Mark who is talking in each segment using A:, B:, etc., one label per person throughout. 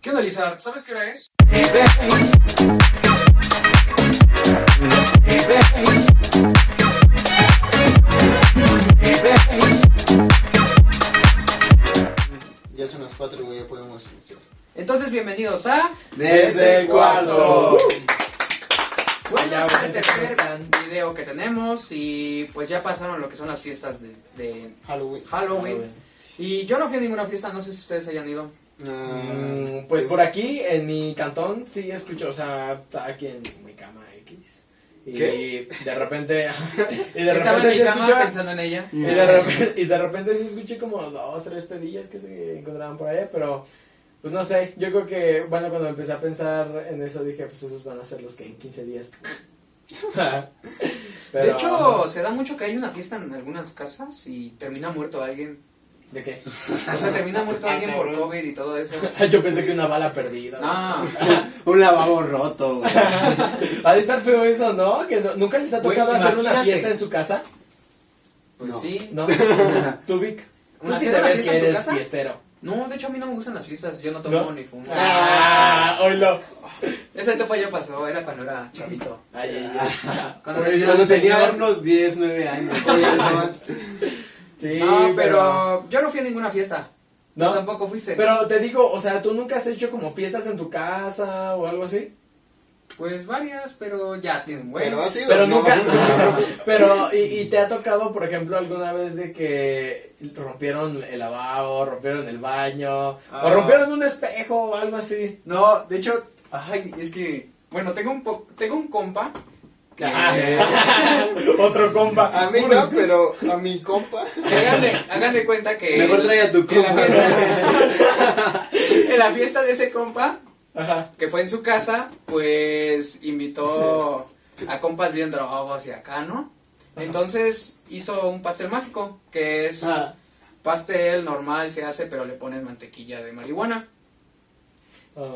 A: ¿Qué onda, Lizard? ¿Sabes qué hora es?
B: Ya son las 4, güey, ya podemos iniciar.
C: Entonces, bienvenidos a.
B: Desde el cuarto.
C: Bueno,
D: Hola,
C: este es el
D: gente, ¿cómo
C: tercer
D: están?
C: video que tenemos y pues ya pasaron lo que son las fiestas de, de
B: Halloween.
C: Halloween. Y yo no fui a ninguna fiesta, no sé si ustedes hayan ido.
B: Ah,
D: Mm, pues por aquí, en mi cantón, sí escucho, o sea, está aquí en mi cama X. Y
A: ¿Qué?
D: de repente. y de
C: Estaba en
D: repente
C: mi
D: sí
C: cama
D: escucho.
C: pensando en ella.
D: Y de, repente, y de repente sí escuché como dos, tres pedillas que se encontraban por allá, pero pues no sé, yo creo que, bueno, cuando empecé a pensar en eso dije, pues esos van a ser los que en 15 días. Pero-
C: De hecho, se da mucho que hay una fiesta en algunas casas y termina muerto alguien.
D: ¿de qué?
C: O sea, termina muerto
B: Ah,
C: alguien por
B: cabrón.
C: COVID y todo eso.
D: Yo pensé que una bala perdida.
C: No,
B: Un lavabo roto, güey.
D: Ha de estar feo eso, ¿no? Que no- nunca les ha
C: Güey,
D: tocado hacer una
C: imagínate.
D: fiesta en su casa.
C: pues
B: No.
C: sí.
D: No. Tú, Vic. Tú
C: ¿Una
D: sí
C: cena,
D: te
C: una
D: ves
C: fiesta
D: que
C: en tu
D: eres
C: casa?
D: fiestero.
C: No, de hecho a mí no me gustan las fiestas, yo no tomo
D: ¿No?
C: ni fumo.
D: Ah, oílo.
C: Esa etapa ya pasó, era cuando era chavito.
D: Ay, ay, ay.
B: Ah,
C: Cuando
D: Oye,
C: tenía
B: Cuando
C: un
B: tenía
C: señor.
B: unos 10, 9 años. Oye, no,
D: Sí,
C: No, pero yo no fui a ninguna fiesta.
D: ¿No?
C: ¿No? tampoco fuiste.
D: Pero te digo, o sea, ¿tú nunca has hecho como fiestas en tu casa o algo así?
C: Pues varias, pero ya tienen
B: Pero
C: bueno.
B: ha sido.
D: Pero
B: ¿no?
D: nunca... pero, y, y te ha tocado, por ejemplo, alguna vez de que rompieron el lavabo, rompieron el baño, o
C: Ah.
D: rompieron un espejo o algo así?
C: No, de hecho, ay, es que bueno, tengo un po- tengo un compa que
B: Ah.
C: eh,
D: Otro compa.
B: A mí no, pero a mi compa.
C: que hagan de, hagan de cuenta que
B: Mejor trae a tu
C: en la
B: compa.
C: fiesta- en la fiesta de ese compa
D: Ajá.
C: que fue en su casa, pues invitó a compas bien drogados y acá, ¿no? Entonces hizo un pastel mágico, que es
B: Ah,
C: pastel normal, se hace, pero le pones mantequilla de marihuana.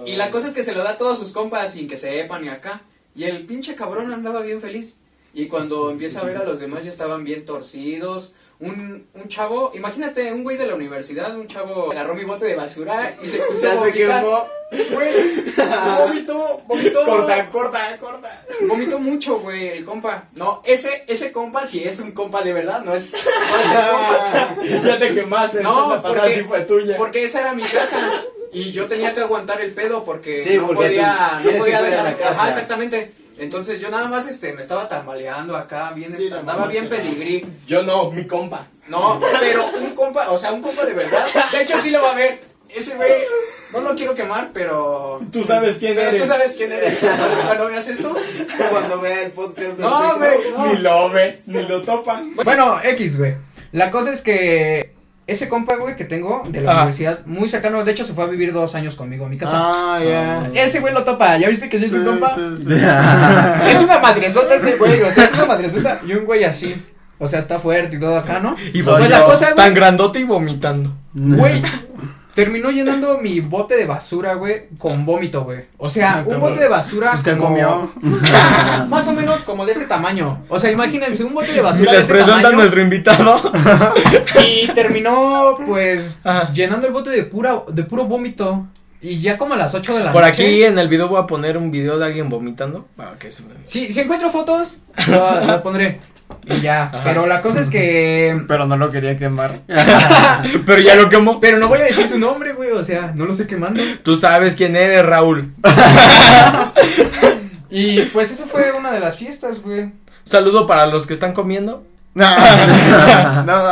C: Y la cosa es que se lo da a todos sus compas sin que sepan ni acá. Y el pinche cabrón andaba bien feliz. Y cuando empieza a ver a los demás ya estaban bien torcidos. Un, un chavo, imagínate, un güey de la universidad, un chavo agarró mi bote de basura y se puso a
B: Ya se
C: vomitar.
B: quemó.
C: Güey, vomitó, vomitó.
D: Corta, corta, corta.
C: Vomitó mucho, güey, el compa. No, ese, ese compa sí es un compa de verdad, no es, no es el compa.
D: ya te quemaste,
C: No,
D: entonces la pasada
C: porque-
D: sí fue tuya.
C: Porque esa era mi casa. Y yo tenía que aguantar el pedo porque
B: Sí,
C: no
B: porque
C: podía,
B: tú
C: no
B: tienes
C: podía
B: que cuidar
C: dejar-
B: la casa.
C: Ajá, exactamente. Entonces yo nada más este me estaba tambaleando acá, bien
B: Sí,
C: est-
B: la
C: andaba
B: mamá
C: bien
B: que la-
C: pedigrí.
D: Yo no, mi compa.
C: No, pero un compa, o sea, un compa de verdad. De hecho sí lo va a ver. Ese güey no lo quiero quemar, pero
D: Tú sabes quién
C: pero
D: eres.
C: tú sabes quién eres. Cuando- Cuando veas esto.
B: Cuando vea el podcast.
C: No, güey. no.
D: Ni lo ve, ni lo topa.
C: Bueno, X, güey. La cosa es que ese compa, güey, que tengo de la
D: Ajá.
C: universidad, muy cercano, de hecho se fue a vivir dos años conmigo a mi casa.
B: Ah, ya.
C: Ese güey lo topa, ¿ya viste que sí es
B: Sí,
C: un compa?
B: sí, sí.
C: Es una madresota ese güey, o sea, es una madresota y un güey así. O sea, está fuerte y todo acá, ¿no?
E: Y
C: pues la cosa,
E: tan
C: güey,
E: grandote y vomitando.
C: güey, terminó llenando mi bote de basura, güey, con vómito, güey. O sea,
D: Ah,
C: un
D: cabrón.
C: bote de basura
B: Pues, ¿qué
C: como-
B: comió?
C: más o menos como de este tamaño. O sea, imagínense un bote de
E: Y
C: basura de
E: les
C: ese
E: presenta a
C: tamaño.
E: nuestro invitado.
C: Y terminó, pues,
E: Ajá.
C: llenando el bote de pura, de puro vómito. Y ya como a las 8 de la
E: Por
C: noche.
E: aquí en el video voy a poner un video de alguien vomitando. Ah, Para que se...
C: Si, si encuentro fotos, lo, lo pondré. Y ya. Pero la cosa es que.
B: Pero no lo quería quemar.
E: Pero ya lo quemó.
C: Pero no voy a decir su nombre, güey. O sea, no lo estoy quemando.
E: Tú sabes quién eres, Raúl.
C: Y pues eso fue una de las fiestas, güey.
E: Saludo para los que están comiendo.
B: no,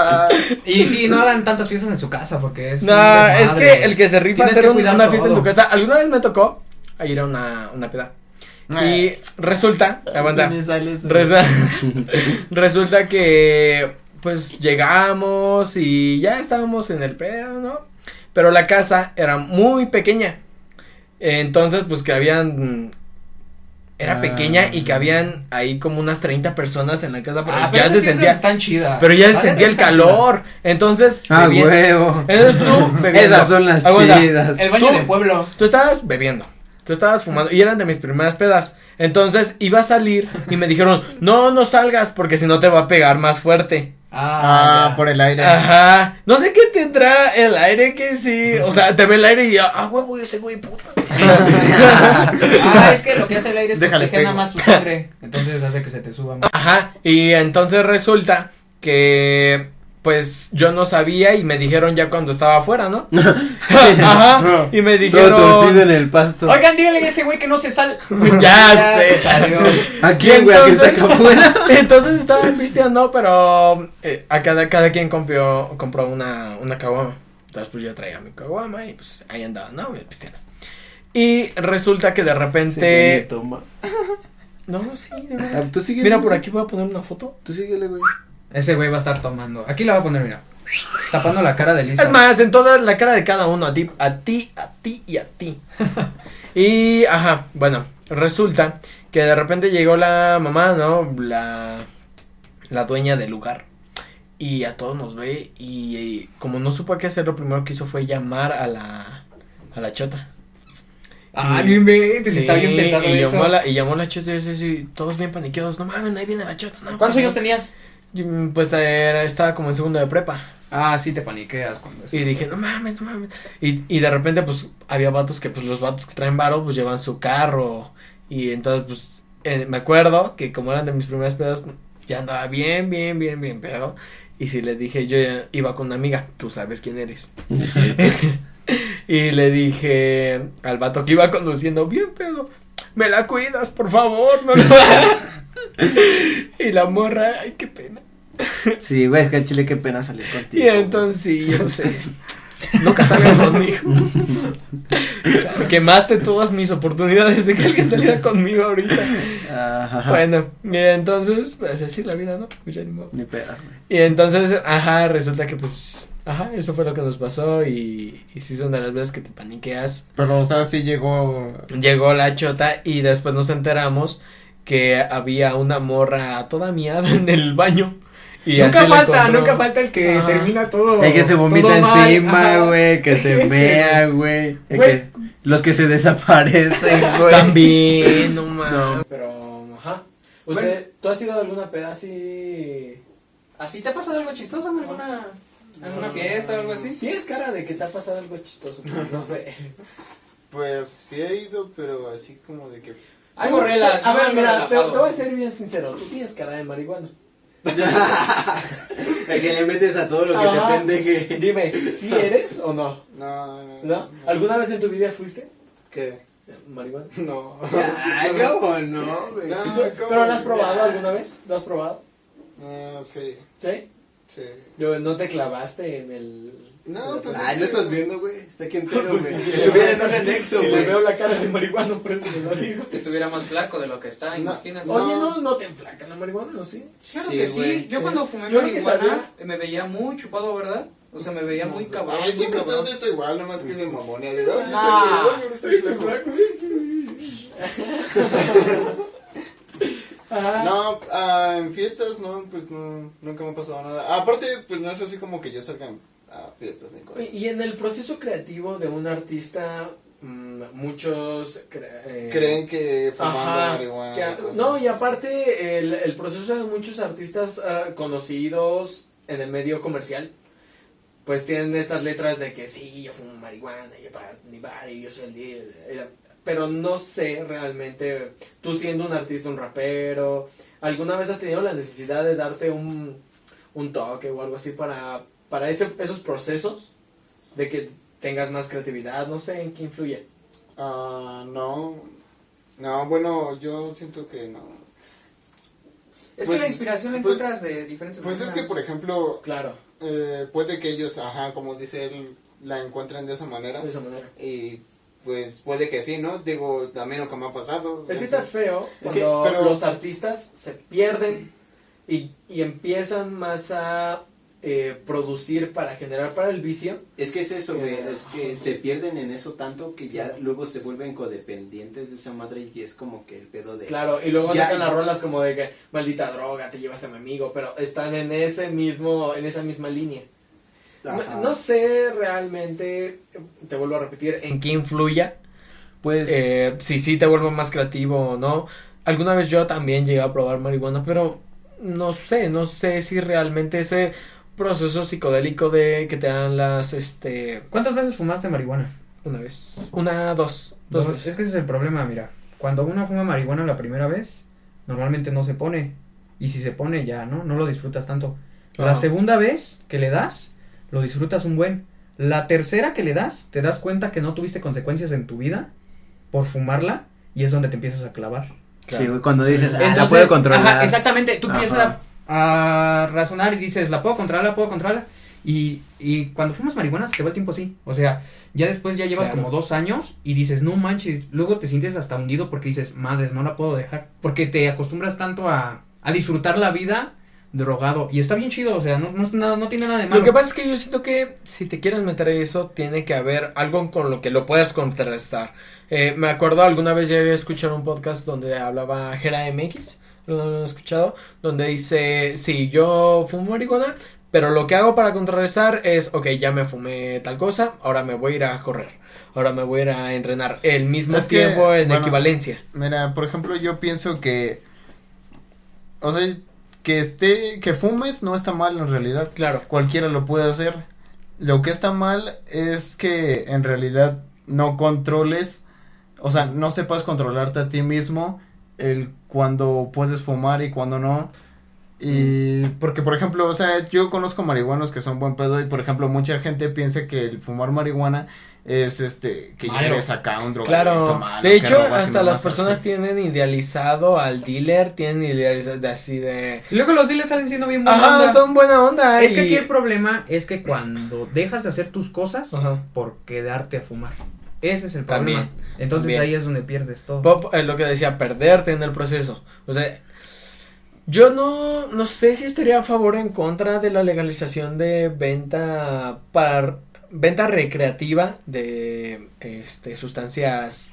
C: Y sí, no hagan tantas fiestas en su casa porque es. un
E: No, es
C: desmadre,
E: que el que se rifa
C: Tienes
E: hacer
C: que
E: un-
C: cuidar
E: una fiesta en
C: todo.
E: tu casa. Alguna vez me tocó a ir a una, una peda. Y resulta, aguanta. Reza- Resulta que pues llegamos y ya estábamos en el pedo, ¿no? Pero la casa era muy pequeña. Entonces, pues que habían era
B: Ah.
E: pequeña y que habían ahí como unas 30 personas en la casa, pero
C: Ah, pero
E: ya
C: esas
E: se
C: fiestas
E: sentía
C: Están chidas.
E: pero ya se
C: Las
E: sentía el
C: fiestas están
E: calor. Entonces,
B: Ah,
E: bebien-
B: huevo.
E: entonces tú bebiendo.
B: Esas son las
E: Aguanta.
B: chidas.
C: chidas. El baño
E: Tú-
C: de pueblo.
E: Tú estabas bebiendo. Tú estabas fumando y eran de mis primeras pedas. Entonces iba a salir y me dijeron, no, no salgas porque si no te va a pegar más fuerte.
D: Ah,
E: ah por el aire.
D: Ajá. No sé qué tendrá el aire que sí. O sea, te ve el aire y ya, ah, huevo, ese güey, puta.
C: Ah, es que lo que hace el aire es que
E: Déjale,
C: oxigena
E: pego.
C: más tu sangre. Entonces hace que se te suba más.
D: Ajá. Y entonces resulta que. Pues yo no sabía y me dijeron ya cuando estaba afuera, ¿no? Ajá. Y me
E: Todo torcido
D: dijeron.
E: en el pasto.
C: Oigan, díganle a ese güey que no se sal.
D: Ya
C: se
D: sé.
C: salió.
E: ¿A quién, güey? ¿A que está acá afuera?
D: Entonces estaba pisteando, pero eh, a cada, cada quien compió- compró una, una caguama. Entonces pues yo traía mi caguama y pues ahí andaba, ¿no? Pisteando. Y resulta que de repente.
E: Sí, toma.
D: no, sí, de
E: Ah,
D: verdad.
E: Tú síguele.
D: Mira,
E: güey.
D: por aquí voy a poner una foto.
E: Tú síguele, güey.
C: Ese güey va a estar tomando. Aquí la va a poner, mira. Tapando la cara de Lisa.
D: Es más, en toda la cara de cada uno, a ti, a ti, a ti y a ti. y, ajá, bueno, resulta que de repente llegó la mamá, ¿no? La, la dueña del lugar. Y a todos nos ve y, y como no supo qué hacer, lo primero que hizo fue llamar a la, a la chota.
C: Ah, bien, bien. está bien
D: Sí,
C: pesado
D: y
C: eso.
D: llamó, a la, y llamó a la chota y sí, sí, todos bien paniqueados, no mames, ahí viene la chota. No,
C: ¿Cuántos años
D: no".
C: tenías?
D: Y, Pues era- estaba como en segundo de prepa.
C: Ah, sí, te paniqueas cuando
D: Y dije, no mames, no mames. Y, y de repente, pues, había vatos que, pues, los vatos que traen varo, pues, llevan su carro. Y entonces, pues, eh, me acuerdo que como eran de mis primeras pedas, ya andaba bien, bien, bien, bien pedo. Y si le dije, yo ya iba con una amiga, tú sabes quién eres. y le dije al vato que iba conduciendo, bien pedo, me la cuidas, por favor. No la-". y la morra, ay, qué pena.
E: Sí, güey, es que al chile qué pena salir contigo.
D: Y entonces sí, yo sé. Nunca salgas conmigo. O sea, Quemaste todas mis oportunidades de que alguien saliera conmigo ahorita.
E: Ajá.
D: Bueno, y entonces, pues así es la vida, ¿no? Pues ya ni modo.
E: Ni pedas, güey.
D: Y entonces, ajá, resulta que pues, ajá, eso fue lo que nos pasó y, y sí son de las veces que te paniqueas.
E: Pero, o sea, sí llegó.
D: Llegó la chota y después nos enteramos que había una morra toda miada en el baño. Y
C: Nunca
D: así le
C: falta,
D: compró-
C: nunca falta el que
D: Ajá.
C: termina todo.
E: Ah. El que se vomita
C: todo mal,
E: encima,
C: ajá.
E: güey. El que se
C: Sí,
E: mea, güey. El
C: Güey.
E: que- Los que se desaparecen, güey.
D: También, no mames.
F: Pero, ajá. Usted, ¿Tú has ido a alguna peda así?
C: ¿Así te ha pasado algo chistoso en alguna, en alguna fiesta o algo así?
F: Tienes cara de que te ha pasado algo chistoso, pero no sé.
B: Pues sí he ido, pero así como de que.
C: Algo relax.
F: A
C: ¿no?
F: ver,
C: Algo
F: mira, te,
C: relajado.
F: te voy a ser bien sincero. Tú tienes cara de marihuana.
E: El que le metes a todo lo
F: Ajá. Dime, ¿sí eres o no?
B: No, no.
F: ¿No? ¿Alguna vez en tu vida fuiste
B: ¿Qué?
F: marihuana?
B: No.
E: Ay, ¿cómo no, güey?
F: Ah,
B: No, ¿cómo?
F: ¿Pero lo has probado alguna vez? ¿Lo has probado?
B: Ah, sí,
F: ¿Sí?
B: sí.
F: Yo, ¿No te clavaste en el...?
B: No, pues. es
E: Ay, ¿lo
B: que-
E: estás viendo, güey? Está aquí entero, güey.
F: Pues sí.
E: Estuviera en un anexo,
F: Si
E: güey.
F: le veo la cara de marihuana, por eso te lo digo.
C: Que estuviera más flaco de lo que está, imagínate.
F: Oye, ¿no, no te enflaca la marihuana o sí?
C: Claro
B: Sí,
C: que sí.
B: güey.
C: Yo
F: Sí.
C: cuando fumé
F: Yo creo que
C: marihuana
F: sabía.
C: me veía muy chupado, ¿verdad? O sea, me veía muy cabrón.
B: Ay,
C: muy
B: siempre te has
C: cabrón.
B: visto igual, nomás que se mamonea. Digo, "Ay, yo estoy
C: Ah.
B: igual, yo no estoy igual".
F: Ajá.
B: No, ah, en fiestas no, pues no, nunca me ha pasado nada. Aparte, pues no es así como que yo salga a fiestas ni cosas.
F: Y y en el proceso creativo de un artista, mm, muchos cre- eh,
B: Creen que fumando
F: Ajá,
B: marihuana.
F: que a-
B: cosas
F: no, y
B: así.
F: aparte el, el proceso de muchos artistas ah, conocidos en el medio comercial, pues tienen estas letras de que sí, yo fumo marihuana, yo para mi bar, y yo soy el líder. eh, Pero no sé realmente, tú siendo un artista, un rapero, ¿alguna vez has tenido la necesidad de darte un, un toque o algo así para, para ese, esos procesos? De que tengas más creatividad, no sé en qué influye.
B: Ah, no. No, bueno, yo siento que no.
C: Es
B: Pues,
C: que la inspiración la
B: pues,
C: encuentras de diferentes
B: Pues es
C: maneras.
B: que, por ejemplo,
F: Claro,
B: eh, puede que ellos, ajá, como dice él, la encuentren de esa manera.
F: de esa manera.
B: Y pues puede que sí, ¿no? Digo, a mí nunca me ha pasado.
F: Es que está feo
B: Es
F: cuando
B: que, pero-
F: los artistas se pierden y, y empiezan más a eh, producir para generar para el vicio.
G: Es que es eso, güey,
F: Ajá.
G: es que se pierden en eso tanto que ya luego se vuelven codependientes de esa madre y es como que el pedo de...
F: Claro, y luego
G: Ya.
F: sacan las rolas como de que maldita droga, te llevas a mi amigo, pero están en ese mismo, en esa misma línea. No,
G: Ajá.
F: no sé realmente, te vuelvo a repetir, en
D: en qué influya,
E: Pues.
D: eh, si sí te vuelve más creativo o no. Alguna vez yo también llegué a probar marihuana, pero no sé, no sé si realmente ese proceso psicodélico de que te dan las, este,
C: ¿Cuántas veces fumaste marihuana?
D: una vez, una, dos, dos
C: Dos. Es
D: veces.
C: que ese es el problema, mira. Cuando uno fuma marihuana la primera vez, normalmente no se pone. Y si se pone, ya, ¿no? No lo disfrutas tanto. La
B: Ah.
D: Ajá.
C: segunda vez que le das, lo disfrutas un buen. La tercera que le das, te das cuenta que no tuviste consecuencias en tu vida por fumarla y es donde te empiezas a clavar.
H: Claro.
B: Sí, güey, cuando dices, ah, la
C: Entonces,
B: puedo controlar.
C: ajá, exactamente, tú
B: Ajá.
C: empiezas a, a razonar y dices, la puedo controlar, la puedo controlar. Y, y cuando fumas marihuana se te va el tiempo así. O sea, ya después ya llevas
D: Claro.
C: como dos años y dices, no manches. Luego te sientes hasta hundido porque dices, madres, no la puedo dejar. Porque te acostumbras tanto a, a disfrutar la vida drogado. Y está bien chido, o sea, no, no, es nada- no tiene nada de malo.
D: Lo que pasa es que yo siento que si te quieres meter a eso, tiene que haber algo con lo que lo puedas contrarrestar. Eh, me acuerdo alguna vez llegué a escuchar un podcast donde hablaba Gera MX, ¿lo han escuchado? Donde dice, sí, yo fumo marihuana, pero lo que hago para contrarrestar es, ok, ya me fumé tal cosa, ahora me voy a ir a correr, ahora me voy a ir a entrenar el mismo
E: Es que,
D: tiempo en
E: bueno,
D: equivalencia.
E: Mira, por ejemplo, yo pienso que. O sea, que esté. Que fumes no está mal en realidad.
D: Claro.
E: Cualquiera lo puede hacer. Lo que está mal es que en realidad no controles. O sea, no sepas controlarte a ti mismo. El cuando puedes fumar y cuando no. Y
D: Mm.
E: porque, por ejemplo, o sea, yo conozco marihuanos que son buen pedo. Y por ejemplo, mucha gente piensa que el fumar marihuana es este. Que ya
C: Malo.
E: eres acá un drogadicto
D: Claro,
E: malo,
D: de
E: que
D: hecho,
E: robas y
D: hasta las
E: mamás
D: personas
E: así.
D: tienen idealizado al dealer, tienen idealizado de así de...
C: Y luego los diles salen siendo bien buena
D: Ajá,
C: onda.
D: son buena onda.
C: Es que
D: y-
C: aquí el problema es que cuando dejas de hacer tus cosas
D: Ajá.
C: por quedarte a fumar. Ese es el
D: También,
C: problema. Entonces
D: también.
C: ahí es donde pierdes todo.
D: Pop, eh, lo que decía, perderte en el proceso. O sea, yo no, no sé si estaría a favor o en contra de la legalización de venta para venta recreativa de este sustancias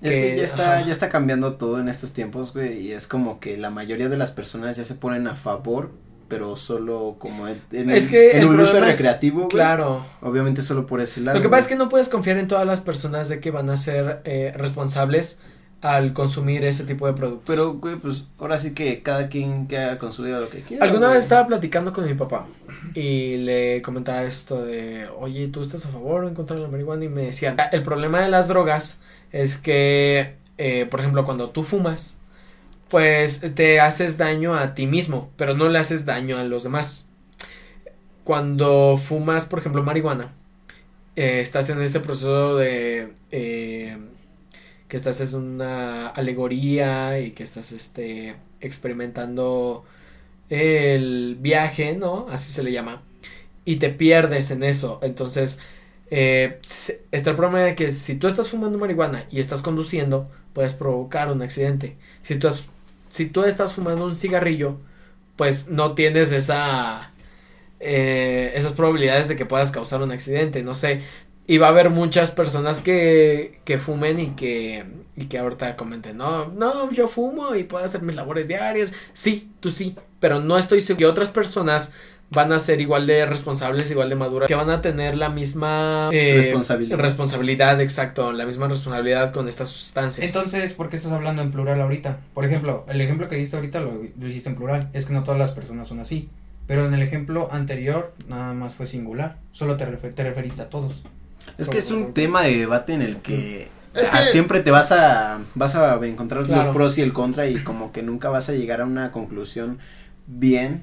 B: Es que
D: que-
B: ya está,
D: Eh, ajá.
B: ya está cambiando todo en estos tiempos, güey, y es como que la mayoría de las personas ya se ponen a favor, pero solo como en, en
D: Es
B: un-
D: que
B: en
D: el
B: un uso
D: problema es-
B: recreativo, güey.
D: claro.
B: Obviamente solo por ese lado.
D: Lo que pasa es
B: güey.
D: que no puedes confiar en todas las personas de que van a ser eh, responsables al consumir ese tipo de productos.
B: Pero, güey, pues ahora sí que cada quien que haga con su vida lo que quiera.
D: Alguna
B: güey.
D: vez estaba platicando con mi papá y le comentaba esto de, oye, ¿tú estás a favor o en contra de la marihuana? Y me decía, el problema de las drogas es que, eh, por ejemplo, cuando tú fumas, pues te haces daño a ti mismo, pero no le haces daño a los demás. Cuando fumas, por ejemplo, marihuana, eh, estás en ese proceso de... eh, que estás es una alegoría y que estás este experimentando el viaje, ¿no? Así se le llama. Y te pierdes en eso. Entonces, eh, se- está el problema de que si tú estás fumando marihuana y estás conduciendo, puedes provocar un accidente. Si tú, has- si tú estás fumando un cigarrillo, pues no tienes esa... eh, esas probabilidades de que puedas causar un accidente, no sé. Y va a haber muchas personas que, que fumen y que, y que ahorita comenten, no, no, yo fumo y puedo hacer mis labores diarias. Sí, tú sí, pero no estoy seguro que otras personas van a ser igual de responsables, igual de maduras, que van a tener la misma eh,
B: Responsabilidad.
D: responsabilidad, exacto, la misma responsabilidad con estas sustancias.
C: Entonces, ¿por qué estás hablando en plural ahorita? Por ejemplo, el ejemplo que diste ahorita lo, lo hiciste en plural. Es que no todas las personas son así. Pero en el ejemplo anterior nada más fue singular. Solo te, refer- te referiste a todos.
B: Es que es un tema de debate en el que,
E: Es
B: ah,
E: que-
B: siempre te vas a vas a encontrar
D: Claro.
B: los pros y el contra y como que nunca vas a llegar a una conclusión bien.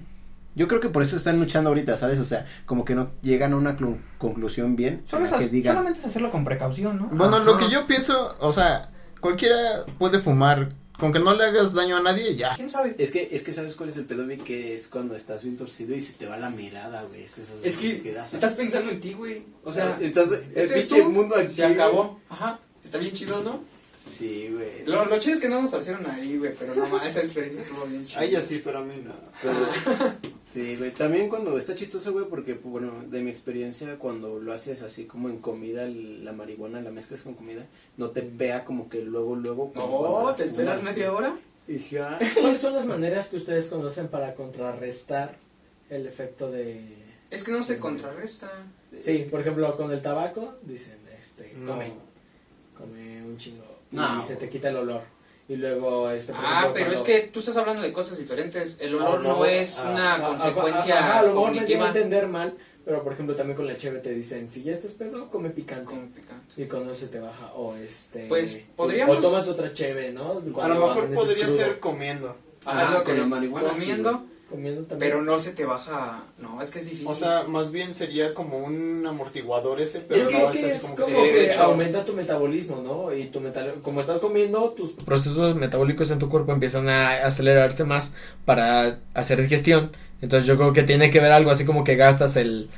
B: Yo creo que por eso están luchando ahorita, ¿sabes? O sea, como que no llegan a una clu- conclusión bien en
C: Solo
B: la
C: es
B: que
C: hac-
B: digan
C: solamente es hacerlo con precaución, ¿no?
E: Bueno, lo
C: Ajá.
E: que yo pienso, o sea, cualquiera puede fumar, con que no le hagas daño a nadie, ya.
I: ¿Quién sabe?
B: Es que, es que sabes cuál es el pedo, güey, que es cuando estás bien torcido y se te va la mirada, güey. Es, esas
I: Es
B: veces
I: que
B: quedas
I: estás
B: así.
I: pensando en ti, güey. O sea,
B: estás, el
I: este es
B: pinche
I: tú,
B: mundo aquí,
I: se acabó. Ajá, está bien chido, ¿no?
B: güey. Sí, güey.
I: Lo, lo chido es que no nos torcieron ahí, güey, pero no, esa experiencia estuvo bien chida.
E: Ay, así, pero a mí no.
B: Pero- sí, güey. También cuando está chistoso, güey, porque, pues, bueno, de mi experiencia, cuando lo haces así como en comida, el- la marihuana, la mezclas con comida, no te vea como que luego, luego. como cuando
I: Mm. No,
B: la
I: te esperas
B: fumas,
I: media
B: güey.
I: hora.
B: Y ya.
A: ¿Cuáles son las maneras que ustedes conocen para contrarrestar el efecto de...
I: Es que no se contrarresta.
A: Sí, por ejemplo, con el tabaco, dicen, este,
H: No.
A: come, come un chingo y
B: No.
A: se te quita el olor. Y luego, este. por
I: Ah,
A: ejemplo,
I: pero es
A: cuando-
I: que tú estás hablando de cosas diferentes. El olor
A: Ah,
I: no, es
A: ah,
I: una
A: ah, ah,
I: consecuencia
A: ajá, a lo mejor me llegué a
I: cognitiva.
A: entender mal, pero por ejemplo, también con la cheve te dicen: si ya estás pedo, come picante.
I: Como picante.
A: Y cuando se te baja, o este.
I: Pues, podríamos-
A: O tomas otra cheve, ¿no?
E: A
A: Cuando
E: lo mejor
A: amaneces
E: podría
A: crudo,
E: ser comiendo.
I: Ajá,
C: Ah,
B: Algo con
I: que
B: la marihuana, sí,
I: Ah, comiendo,
A: Comiendo también.
I: pero no se te baja. No, es que es difícil.
E: O sea, más bien sería como un amortiguador ese, pero
A: es que,
E: no
A: que
E: así
A: es como,
E: como que
I: sí, de
A: que
I: hecho.
A: aumenta tu metabolismo, ¿no? Y tu metal... Como estás comiendo, tus
D: procesos metabólicos en tu cuerpo empiezan a acelerarse más para hacer digestión. Entonces yo creo que tiene que ver algo así como que gastas el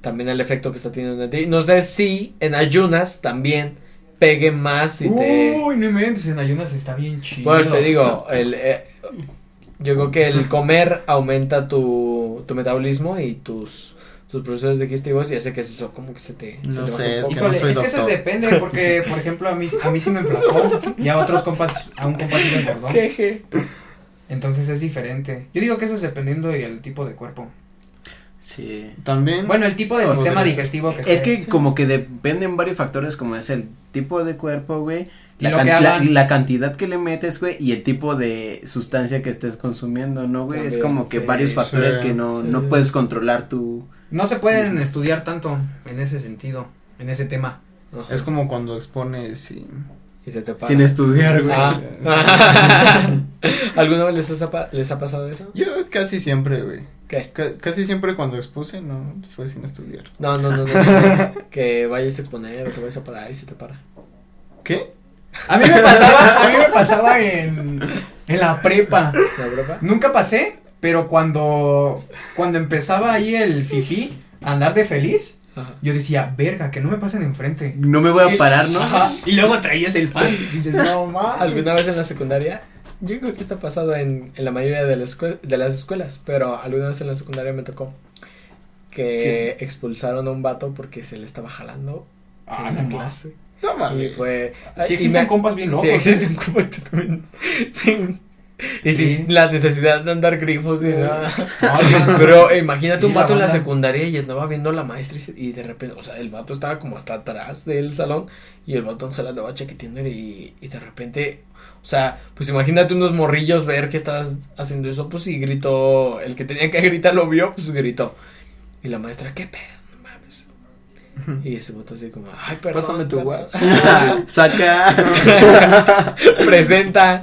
D: también el efecto que está teniendo en ti. No sé si en ayunas también pegue más si te
C: Uy, no inventes, en ayunas está bien Uh, chido.
D: Bueno, te digo, el eh, yo creo que el comer aumenta tu, tu metabolismo y tus tus procesos digestivos y hace que eso como que se te se
E: No
D: te baje
E: sé,
D: un
E: es
D: poco.
E: que
C: Híjole,
E: no soy
C: es que eso
E: doctor.
C: depende, porque, por ejemplo, a mí, a mí sí me enflacó y a otros compas, a un compa sí le engordó.
D: Jeje.
C: Entonces es diferente. Yo digo que eso es dependiendo del tipo de cuerpo.
B: Sí.
E: También.
C: Bueno, el tipo de
E: Podría
C: sistema
E: ser.
C: digestivo que sea.
B: Es que como que dependen varios factores, como es el tipo de cuerpo, güey.
C: Y
B: La,
C: lo
B: can-
C: que
B: la,
C: hagan.
B: la cantidad que le metes, güey, y el tipo de sustancia que estés consumiendo, ¿no, güey? es
D: También,
B: como que
D: sí,
B: varios
E: sí,
B: factores que no,
D: sí,
B: no
D: sí.
B: puedes controlar tu...
C: No se pueden estudiar tanto en ese sentido, en ese tema.
D: Ajá.
E: Es como cuando expones y.
D: y se te para.
B: Sin estudiar, güey.
D: Ah.
C: Ah.
D: ¿Alguna vez les, has apa- les ha pasado eso?
E: Yo casi siempre, güey.
D: ¿Qué?
E: Ca- casi siempre cuando expuse, no fue sin estudiar.
D: No, no, no, no, no, no. que vayas a exponer o te vayas a parar y se te para.
E: ¿Qué?
C: A mí me pasaba, a mí me pasaba en, en la prepa.
D: ¿La Europa?
C: Nunca pasé, pero cuando, cuando empezaba ahí el fifi a andar de feliz,
D: Ajá.
C: yo decía, verga, que no me pasen enfrente.
B: No me voy a parar, ¿no?
C: Ajá, Y luego traías el pan y dices, no mames.
D: ¿Alguna vez en la secundaria? Yo creo que está pasado en, en la mayoría de, las escue- de las escuelas, pero alguna vez en la secundaria me tocó que expulsaron a un vato porque se le estaba jalando
C: Ah,
D: en la
C: no mames.
D: clase.
E: No
D: Y
E: mames.
D: fue...
C: Sí
D: y
C: existen
D: me-
C: compas bien locos.
D: Sí, existen compas también. Y
C: Sí.
D: sin la necesidad de andar grifos ni nada.
C: No,
D: Pero imagínate
C: Sí,
D: un
C: la
D: vato en la
C: banda.
D: secundaria y andaba viendo a la maestra y, se- y de repente, o sea, el vato estaba como hasta atrás del salón y el vato se la andaba chaqueteando y, y de repente, o sea, pues imagínate unos morrillos ver que estás haciendo eso, pues y gritó, el que tenía que gritar lo vio, pues gritó. Y la maestra, ¿qué pedo? No mames. Y ese vato así como, ay, perdón.
E: Pásame tu
D: perdón".
E: WhatsApp.
B: Saca...
D: Presenta.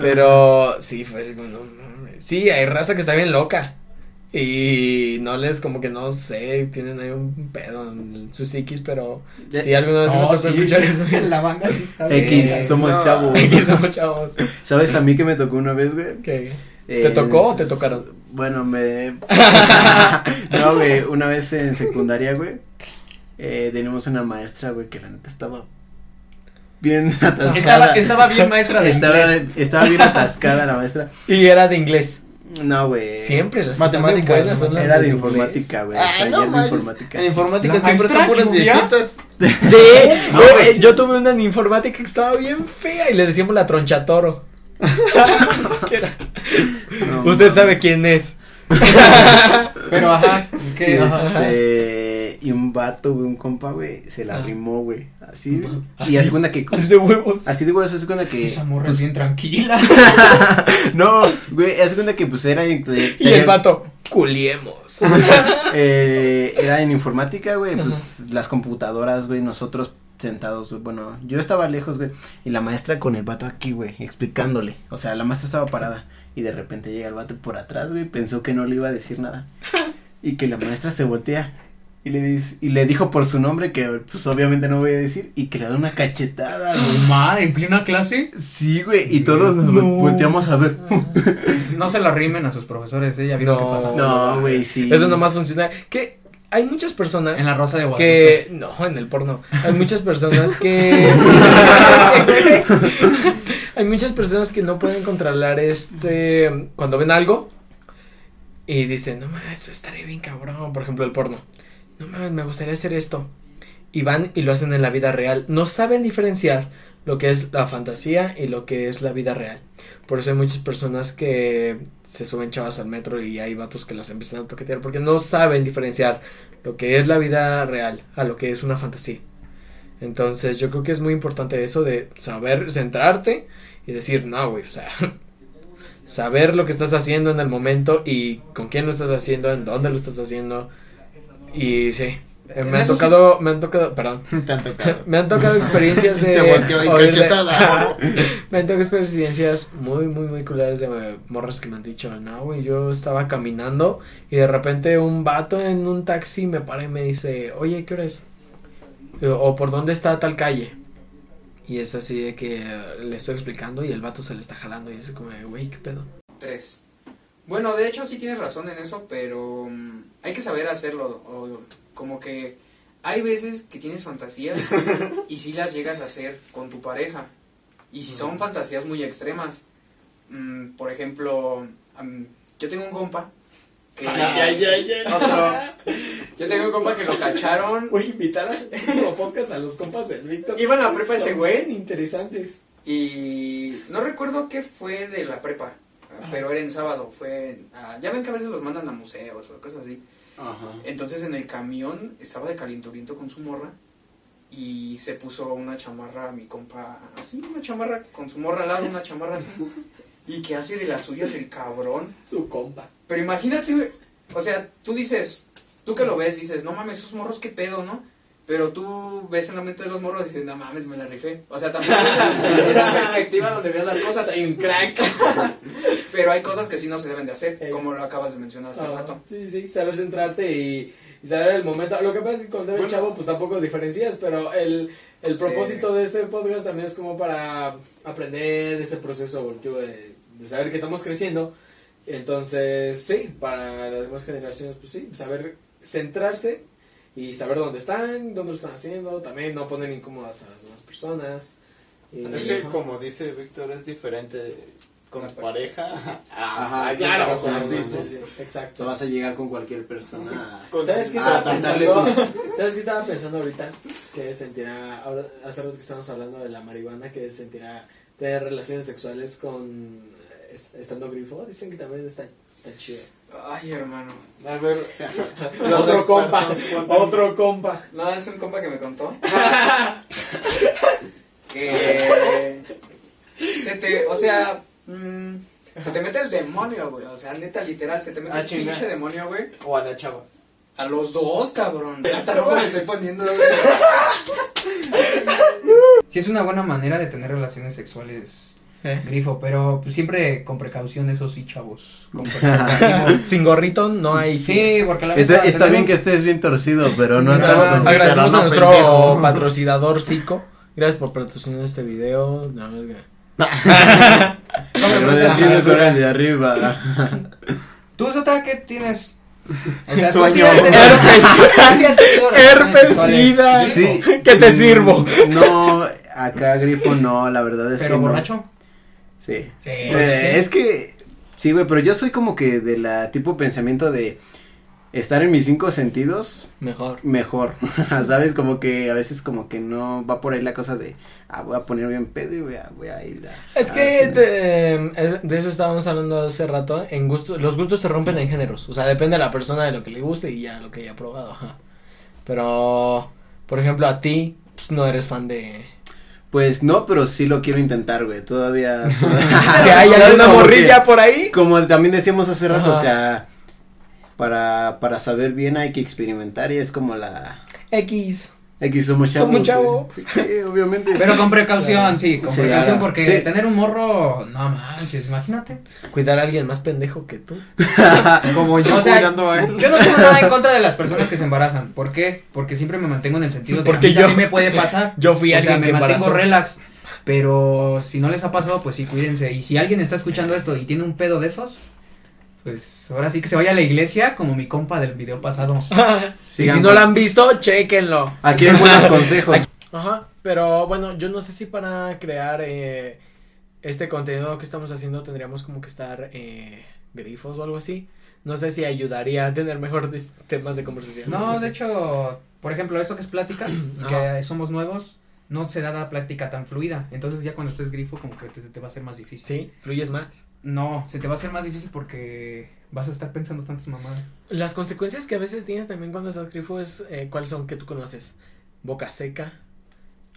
D: Pero sí, fue así como, no, mames. sí, hay raza que está bien loca. Y no les, como que no sé, tienen ahí un pedo en sus psiquis, pero
B: Ya- Oh,
D: sí, alguna vez me tocó
C: sí,
D: escuchar eso.
C: La banda sí está bien.
B: X, somos
E: No.
B: chavos.
D: Ay, que no, chavos.
B: ¿Sabes a mí que me tocó una vez, güey?
D: Que- ¿Te tocó o te tocaron?
B: Bueno, me. no, güey, una vez en secundaria, güey, eh, teníamos una maestra, güey, que la neta estaba bien atascada.
C: Estaba, estaba bien maestra de
B: Estaba-
C: inglés.
B: estaba bien atascada la maestra.
D: Y era de inglés.
B: No, güey.
D: Siempre las
E: Matemáticas,
D: matemáticas buenas son las
B: Era de
D: inglés.
B: informática, güey.
E: Ah,
B: taller
E: no
B: de
E: manches.
B: informática.
E: En informática
C: ¿La
E: siempre
C: maestra
E: están puras
C: Lluvia?
E: viejitas.
D: Sí, güey, yo tuve una en informática que estaba bien fea y le decíamos la tronchatoro. Que era-
B: No,
D: Usted
B: no.
D: sabe quién es.
C: Pero ajá,
B: Y
C: que
B: Este, y un vato, güey, un compa, güey, se la
D: Ah.
B: rimó, güey. Así.
D: Así.
B: Y hace cuenta que.
D: Hace huevos.
B: Así de güey, se hace cuenta que.
C: esa morra
B: pues,
C: es bien tranquila.
B: No, güey, haz de cuenta que pues era en, de-
D: Y el
B: taller-
D: vato, culiemos.
B: eh, era en informática, güey, pues las computadoras, güey, nosotros sentados, güey, bueno, yo estaba lejos, güey, y la maestra con el vato aquí, güey, explicándole, o sea, la maestra estaba parada y de repente llega el vato por atrás, güey, pensó que no le iba a decir nada y que la maestra se voltea y le dice, y le dijo por su nombre que pues obviamente no voy a decir y que le da una cachetada, güey.
C: Madre, en plena clase.
B: Sí, güey, y todos nos vol- volteamos a ver.
D: Ah.
C: No se la rimen a sus profesores, ¿eh? Ya vieron
D: No.
C: qué pasa.
B: no, güey, sí.
D: Eso nomás funciona. Que hay muchas personas
C: En la rosa de Guadalupe.
D: que. No, en el porno. Hay muchas personas que. hay muchas personas que no pueden controlar este. Cuando ven algo y dicen, no mames, esto estaría bien cabrón. Por ejemplo, el porno. No mames, me gustaría hacer esto. Y van y lo hacen en la vida real. No saben diferenciar lo que es la fantasía y lo que es la vida real. Por eso hay muchas personas que se suben chavas al metro y hay vatos que las empiezan a toquetear porque no saben diferenciar lo que es la vida real a lo que es una fantasía. Entonces yo creo que es muy importante eso de saber centrarte y decir, no, güey, o sea, saber lo que estás haciendo en el momento y con quién lo estás haciendo, en dónde lo estás haciendo. Y sí, eh, me han tocado, me han tocado, perdón.
E: Te han tocado.
D: me han tocado experiencias de.
E: Se volteó y
D: oírle-
E: cachetada.
D: me han tocado experiencias muy, muy, muy culares de eh, morras que me han dicho, no, güey, yo estaba caminando y de repente un vato en un taxi me para y me dice, oye, ¿qué hora es? Eh, O por dónde está tal calle. Y es así de que eh, le estoy explicando y el vato se le está jalando y es como, güey, ¿qué pedo?
I: Tres. Bueno, de hecho sí tienes razón en eso, pero mm, hay que saber hacerlo. o- como que hay veces que tienes fantasías y sí las llegas a hacer con tu pareja. Y si son fantasías muy extremas. mm, por ejemplo, am, yo tengo un compa que... Otro. Yo tengo un compa que lo cacharon.
A: Voy a invitar al próximo podcast a los compas del Víctor.
I: Iban a prepa ese
A: Son
I: güey.
A: bien interesantes.
I: Y no recuerdo qué fue de la prepa, pero era en sábado, fue... en- ah, ya ven que a veces los mandan a museos o cosas así. Entonces en el camión estaba de calenturiento con su morra y se puso una chamarra, mi compa, así, una chamarra con su morra al lado, una chamarra así. Y que hace de las suyas el cabrón.
A: Su compa.
I: Pero imagínate, o sea, tú dices, tú que lo ves, dices, no mames, esos morros qué pedo, ¿no? Pero tú ves en la mente de los morros y dices, no mames, me la rifé. O sea, también es la perspectiva donde veas las cosas.
A: Soy un crack.
I: Pero hay cosas que sí no se deben de hacer,
A: Eh.
I: como lo acabas de mencionar hace rato.
A: Ah, sí, sí, sabes centrarte y, y saber el momento. Lo que pasa es que cuando eres
I: Bueno.
A: chavo, pues tampoco diferencias, pero el, el
I: Sí.
A: propósito de este podcast también es como para aprender ese proceso evolutivo de, de saber que estamos creciendo. Entonces, sí, para las demás generaciones, pues sí, saber centrarse y saber dónde están, dónde lo están haciendo, también no poner incómodas a las demás personas. Y-
E: Es que
A: Ajá.
E: como dice Víctor, es diferente con tu
I: Ajá.
E: pareja. a
B: Ajá,
E: alguien que
A: Ah, Claro,
E: no
A: sí, sí,
E: conoces.
A: sí, sí, exacto.
B: Tú vas a llegar con cualquier persona.
E: Con-
A: ¿Sabes qué
B: Ah,
A: estaba
B: contarle
A: pensando? ¿Sabes qué estaba pensando ahorita? Que sentirá, ahora, hace rato que estamos hablando de la marihuana, que sentirá tener relaciones sexuales con eh, est- estando grifo, dicen que también está, está chido.
I: Ay, hermano.
E: A ver, los
A: Otro
E: expertos
A: compa,
E: cuentan.
A: otro compa.
I: No, es un compa que me contó. que se te, o sea, mm, se te mete el demonio, güey. O sea, neta, literal, se te mete
E: Ah,
I: el
E: chinga.
I: pinche demonio, güey.
E: O a la chava.
I: A los dos, cabrón. Hasta rojo me estoy poniendo, güey.
C: Sí es una buena manera de tener relaciones sexuales, grifo, pero pues, siempre con precaución, eso sí, chavos. Con preservativo.
D: Sin gorrito no hay fiesta.
C: sí, porque la
B: Este, Está,
C: neta,
B: está bien que
C: tenemos-
B: estés bien torcido, pero no
D: No,
B: tanto.
E: agra-
D: agradecemos
E: pero no,
D: a nuestro
E: pendejo.
D: patrocinador Zico. Gracias por patrocinar este video. La verdad que-
B: Agradeciendo con el de arriba.
C: ¿Tú, Sota, qué tienes? O sea,
E: Sueño.
A: este
D: Herpesida.
C: Sí.
B: Sí.
D: ¿Qué te sirvo?
B: No, acá Grifo no, la verdad es
C: ¿Pero
B: que no.
C: borracho?
B: Sí.
C: Sí.
B: Eh, Es que, sí, güey, pero yo soy como que de la tipo pensamiento de estar en mis cinco sentidos
D: Mejor.
B: mejor, ¿sabes? Como que a veces como que no va por ahí la cosa de, ah, voy a poner bien pedo y voy a, voy a ir a-
D: Es
B: a-
D: que de, eh, de eso estábamos hablando hace rato. En gusto, los gustos se rompen en géneros. O sea, depende de la persona de lo que le guste y ya lo que haya probado. ajá. Pero, por ejemplo, a ti pues, no eres fan de.
B: Pues no, pero sí lo quiero intentar, güey, todavía. Ah,
D: si hay
B: ¿Sabes?
D: alguna
B: Como que-
D: morrilla por ahí.
B: Como también decíamos hace rato,
D: Ajá.
B: o sea, para, para saber bien hay que experimentar y es como la...
D: X.
B: Aquí somos chavos.
D: Somos
B: güey.
D: chavos.
B: Sí, obviamente.
C: Pero con precaución, sí, con
B: Sí,
C: precaución,
B: claro.
C: porque
B: Sí.
C: tener un morro, no manches, imagínate.
D: Cuidar a alguien más pendejo que tú.
E: Como yo
C: O sea,
E: cuidando a él.
C: yo no tengo nada en contra de las personas que se embarazan. ¿Por qué? Porque siempre me mantengo en el sentido de
D: Porque
C: a mí
D: yo-
C: también me puede pasar.
D: yo fui
C: o sea,
D: alguien
C: me
D: que
C: mantengo
D: embarazó.
C: relax. Pero si no les ha pasado, pues sí, cuídense. Y si alguien está escuchando esto y tiene un pedo de esos, pues ahora sí que se vaya a la iglesia como mi compa del video pasado.
D: Y
B: Sigan
D: si no
B: con-
D: la han visto, chequenlo.
B: Aquí hay buenos consejos.
D: Ajá, pero bueno, yo no sé si para crear eh, este contenido que estamos haciendo tendríamos como que estar eh, grifos o algo así. No sé si ayudaría a tener mejores temas de conversación.
C: No, de
D: sé.
C: hecho, por ejemplo, esto que es plática, que somos nuevos, no se da la plática tan fluida. Entonces ya cuando estés grifo como que te, te va a ser más difícil.
D: Sí, fluyes más.
C: No, se te va a hacer más difícil porque vas a estar pensando tantas mamadas.
D: Las consecuencias que a veces tienes también cuando estás grifo es eh, cuáles son que tú conoces. Boca seca,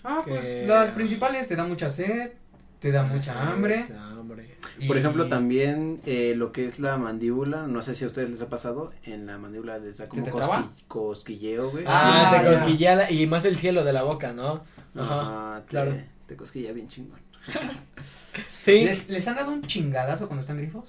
C: Ah,
D: que- Ah,
C: pues las principales te da mucha sed, te da mucha
D: Sí,
C: hambre.
D: te da hambre.
B: Por
C: y-
B: ejemplo, también eh, lo que es la mandíbula, no sé si a ustedes les ha pasado, en la mandíbula les da como
C: te
B: cosqui-
C: traba?
B: cosquilleo, güey.
D: Ah,
C: Ah,
D: te
C: ya.
D: cosquillea la- y más el cielo de la boca, ¿no? Ajá.
B: Ajá, te,
D: claro.
B: te cosquilla bien chingón.
D: Sí.
C: ¿Les, les han dado un chingadazo cuando están grifos?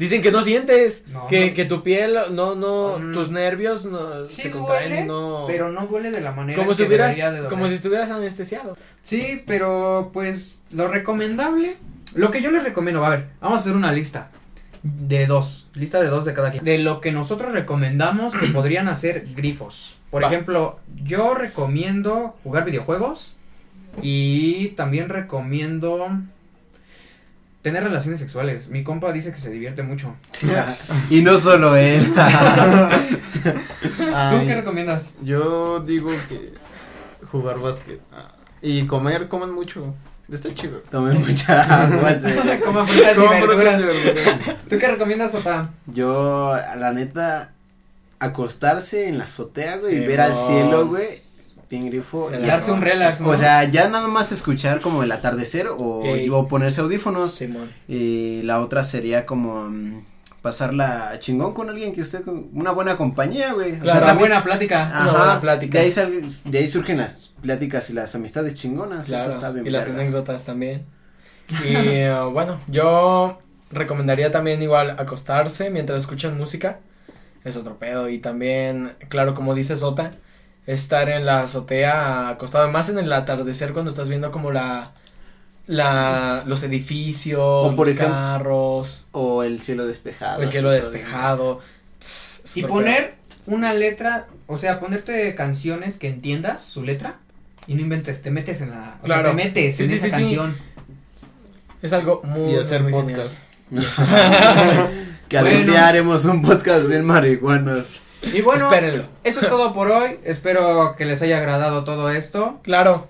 D: Dicen que no sientes,
C: No,
D: que,
C: no.
D: que tu piel, no, no,
C: Mm.
D: tus nervios no,
C: Sí
D: se contraen,
C: duele,
D: no.
C: Pero no duele de la manera
D: como
C: en
D: si
C: que
D: hubieras,
C: debería de doler.
D: como si estuvieras anestesiado.
C: Sí, pero pues lo recomendable, lo que yo les recomiendo, a ver, vamos a hacer una lista de dos, lista de dos de cada quien, de lo que nosotros recomendamos que podrían hacer grifos. Por
D: Va.
C: ejemplo, yo recomiendo jugar videojuegos y también recomiendo tener relaciones sexuales. Mi compa dice que se divierte mucho.
B: y no solo él.
C: ¿Tú qué
E: Ay,
C: recomiendas?
E: yo digo que jugar básquet ah, y comer, coman mucho. Está chido.
B: Tomen mucha agua, en serio.
C: Coma frutas y
E: Coman
C: verduras.
E: frutas y verduras.
C: ¿Tú qué recomiendas, Ota?
B: Yo, a la neta, acostarse en la azotea, güey, y
D: Qué
B: ver al
D: bon.
B: cielo, güey, bien grifo. y
C: Darse un relax, ¿no?
B: O sea, ya nada más escuchar como el atardecer o,
D: Ey.
B: o ponerse audífonos.
D: Simón.
B: Y la otra sería como mm, pasarla chingón con alguien que usted, con- una buena compañía, güey. o
D: Claro,
B: sea,
C: una
B: también,
C: buena plática.
D: una buena plática.
B: De ahí, sal- de ahí surgen las pláticas y las amistades chingonas.
D: Claro,
B: Eso está bien.
D: y las
B: vergas.
D: anécdotas también. Y eh, bueno, yo recomendaría también igual acostarse mientras escuchan música. Es otro pedo. Y también, claro, como dice Sota, estar en la azotea acostado. Más en el atardecer cuando estás viendo como la... la los edificios,
B: por
D: los
B: ejemplo,
D: carros,
B: O el cielo despejado.
D: el
B: así
D: cielo
B: todo
D: despejado.
C: Y
D: Súper
C: poner una letra, o sea, ponerte canciones que entiendas su letra y no inventes, te metes en la, o sea,
D: Claro.
C: te metes
D: Sí,
C: en
D: sí,
C: esa
D: sí, sí.
C: canción.
D: pedo. Es algo muy...
E: Y hacer
D: muy genial.
E: podcast.
B: Que algún
C: Bueno.
B: día haremos un podcast bien marihuanos.
C: Y bueno,
D: Espérenlo.
C: eso es todo por hoy. Espero que les haya agradado todo esto.
D: Claro.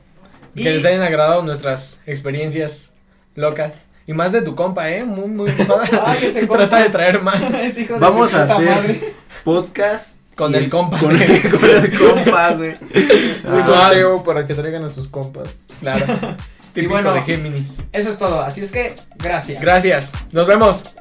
C: Y-
D: Que les hayan agradado nuestras experiencias locas. Y más de tu compa, ¿eh? Muy, muy
C: Ay, ese compa.
D: Trata de traer más
C: Es hijo de
B: Vamos
C: su
B: a
C: puta
B: hacer
C: madre.
B: podcast.
D: con
B: y-
D: el compa.
B: Con el, con el compa, güey. Ah,
E: Un sorteo para que traigan a sus compas.
D: Claro. Típico
C: bueno.
D: de Géminis.
C: Eso es todo. Así es que, gracias.
D: Gracias. Nos vemos.